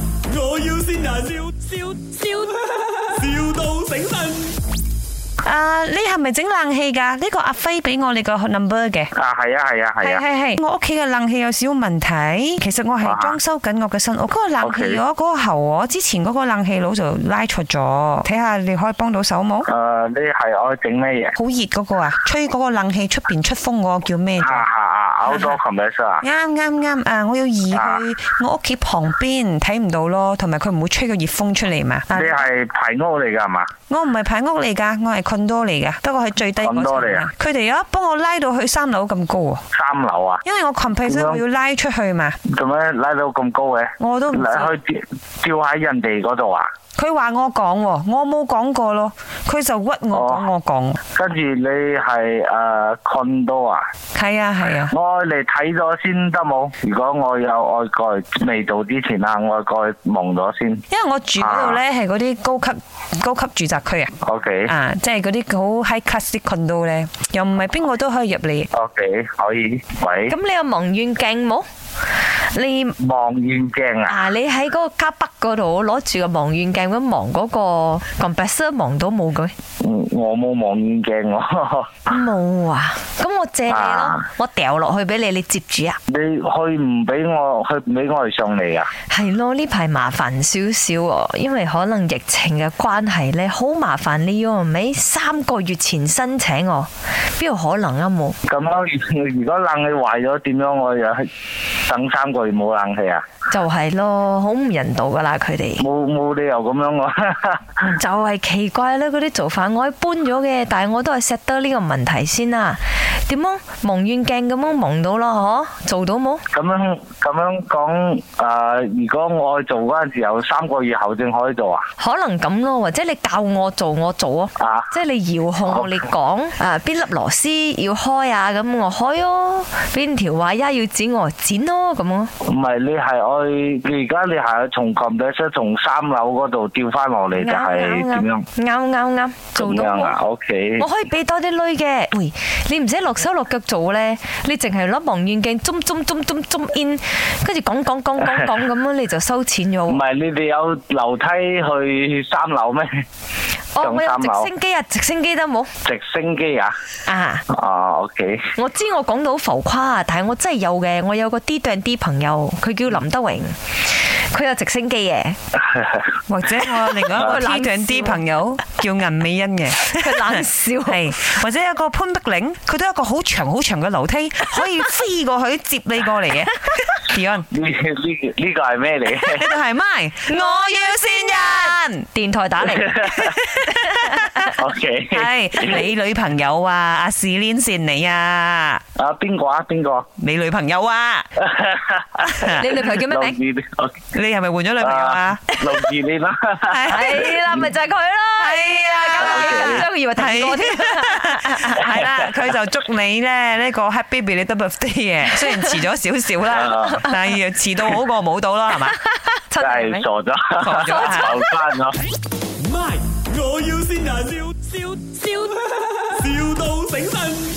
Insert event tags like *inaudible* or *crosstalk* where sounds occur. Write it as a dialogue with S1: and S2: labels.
S1: 要先人，笑笑笑，笑到醒神。
S2: 啊，你係咪整冷氣㗎？呢個阿輝俾我你個 number 嘅。
S3: 啊，係啊，係啊，係
S2: 係
S3: 啊，
S2: 係係，我屋企嘅冷氣有少少問題。其實我
S3: 啊
S2: 係
S3: 哈
S2: 裝修緊我嘅新屋，嗰、個冷氣
S3: OK
S2: 嗰嗰個喉我之前嗰個冷氣佬就拉錯咗，睇下你可以幫到手冇？
S3: 誒，你呃係我整咩嘢？
S2: 好熱嗰個啊，吹嗰個冷氣出邊出風嗰個叫咩
S3: 啊
S2: 咗？
S3: 啊啊，outdoor compressor 啊，
S2: 啱啱啱啊！我要移
S3: 啊
S2: 去我屋企旁邊睇唔到咯，同埋佢唔會吹個熱風出嚟嘛。
S3: 你
S2: 啊
S3: 係排屋嚟㗎係嘛？
S2: 我唔係排屋嚟㗎，我係 condo 嚟㗎，不過係最低嗰層
S3: condo 嚟
S2: 啊
S3: 啊。
S2: 佢哋啊幫我拉到去三樓咁高啊，
S3: 三樓啊，
S2: 因為我 c o m p r e s s
S3: 點樣
S2: 我要拉出去嘛，
S3: 做咩拉到咁高嘅？
S2: 我都唔知。
S3: 你去吊吊喺人哋嗰度啊？
S2: 佢話我講喎，我冇講過咯，佢就屈我
S3: 哦
S2: 講我講。
S3: 跟住你係誒 condo 啊？
S2: 係啊係啊，
S3: 我嚟睇咗先得冇？如果我有外蓋未做之前啊，我過去望咗先。
S2: 因為我住嗰度呢
S3: 啊
S2: 係嗰啲高級高級住宅區啊，
S3: O K
S2: 啊即係嗰啲好 high class 啲 condo 咧，又唔係邊個都可以入嚟。
S3: O K，可以。喂，
S4: 咁你有望遠鏡冇？你
S3: 望遠鏡啊？
S4: 啊，你喺嗰個卡北嗰度攞住個望遠鏡咁望嗰個 compressor 望到冇佢？
S3: 嗯我冇望遠鏡喎。
S4: 冇啊！咁我借你咯
S3: 啊，
S4: 我掉落去俾你，你接住啊！
S3: 你去唔俾我，去唔俾我哋上嚟啊？
S4: 係咯，呢排麻煩少少喎，因為可能疫情嘅關係呢，好麻煩你要咪三個月前申請我，邊有可能啊冇？
S3: 咁樣 *laughs* 如果冷氣壞咗，點樣我又去等三個月冇冷氣啊？
S4: 就係咯，好唔人道噶啦佢哋。
S3: 冇冇理由咁樣我。
S4: 就係奇怪咧，嗰啲做法我係搬咗嘅，但係我都係 set 得呢個問題先啦。點樣望遠鏡咁樣望到咯？嗬，做到冇？
S3: *laughs* 咁樣咁樣講，誒、如果我去做嗰陣時候，三個月後先可以做啊？
S4: 可能咁咯，或者你教我做，我做啊。
S3: 啊，
S4: 即係你遙控，你講啊邊粒螺絲要開啊，咁我開咯；邊條話一要剪我剪咯，咁咯。
S3: 唔係你係去，你而家你係從 c o m p r e s 從三樓嗰度掉翻落嚟，就係點樣？
S4: 啱啱啱，做
S3: 咁
S4: 到
S3: 樣
S4: 喎
S3: 啊？OK，
S4: 我可以俾多啲女嘅，喂，你唔使落手落腳做咧，你淨係攞望遠鏡中中中中中 in，跟住講講講講講咁樣，你就收錢咗
S3: 唔
S4: 喎。
S3: 係你哋有樓梯去三樓咩？
S4: 哦，我有
S3: 上
S4: 直
S3: 三樓
S4: 升機啊，直升機得冇
S3: 直升機啊？
S4: 啊！
S3: 啊，OK，
S4: 我知我講到好浮誇啊，但係我真係有嘅，我有個 D 對 D 朋友，佢叫林德榮，佢有直升機嘅，
S2: 或者我另外
S3: *laughs*
S2: 一個
S4: 佢冷笑
S2: T 長啲朋友叫銀美欣嘅。
S4: 佢
S2: *laughs*
S4: 冷笑。
S2: 係，或者有個潘碧玲，佢都有一個好長好長嘅樓梯，可以飛過去接你過嚟嘅。Dion，
S3: 呢呢呢個係咩嚟
S2: *laughs*
S3: 嘅？
S2: 呢度係 My，我要先人。
S4: 電台打嚟，
S3: O K，
S2: 係你女朋友啊，阿士連線你啊，
S3: 啊邊個啊邊個？
S2: 你女朋友啊，
S4: 你女朋友叫咩名？
S3: 名？
S2: 你係咪換咗女朋友啊？
S3: 六二
S2: *laughs*
S3: 年啦，
S4: 啊
S2: 係
S4: 係啦，咪就係佢
S2: 哎
S4: 啦。搞到
S2: 係
S4: 我緊
S2: 啊，
S4: 張，以為睇過添。 *laughs*
S2: 係啦，佢就祝你咧呢個 Happy b i r t h d a Birthday 嘅，雖然遲咗少少啦
S3: 啊，
S2: 但係遲到好過冇到啦，係嘛？
S3: 真
S4: 真
S3: 係傻咗，
S2: 傻咗
S3: *laughs*
S2: 啊
S3: 留翻咗。
S1: 咪，我要先人，笑笑笑，笑到醒神。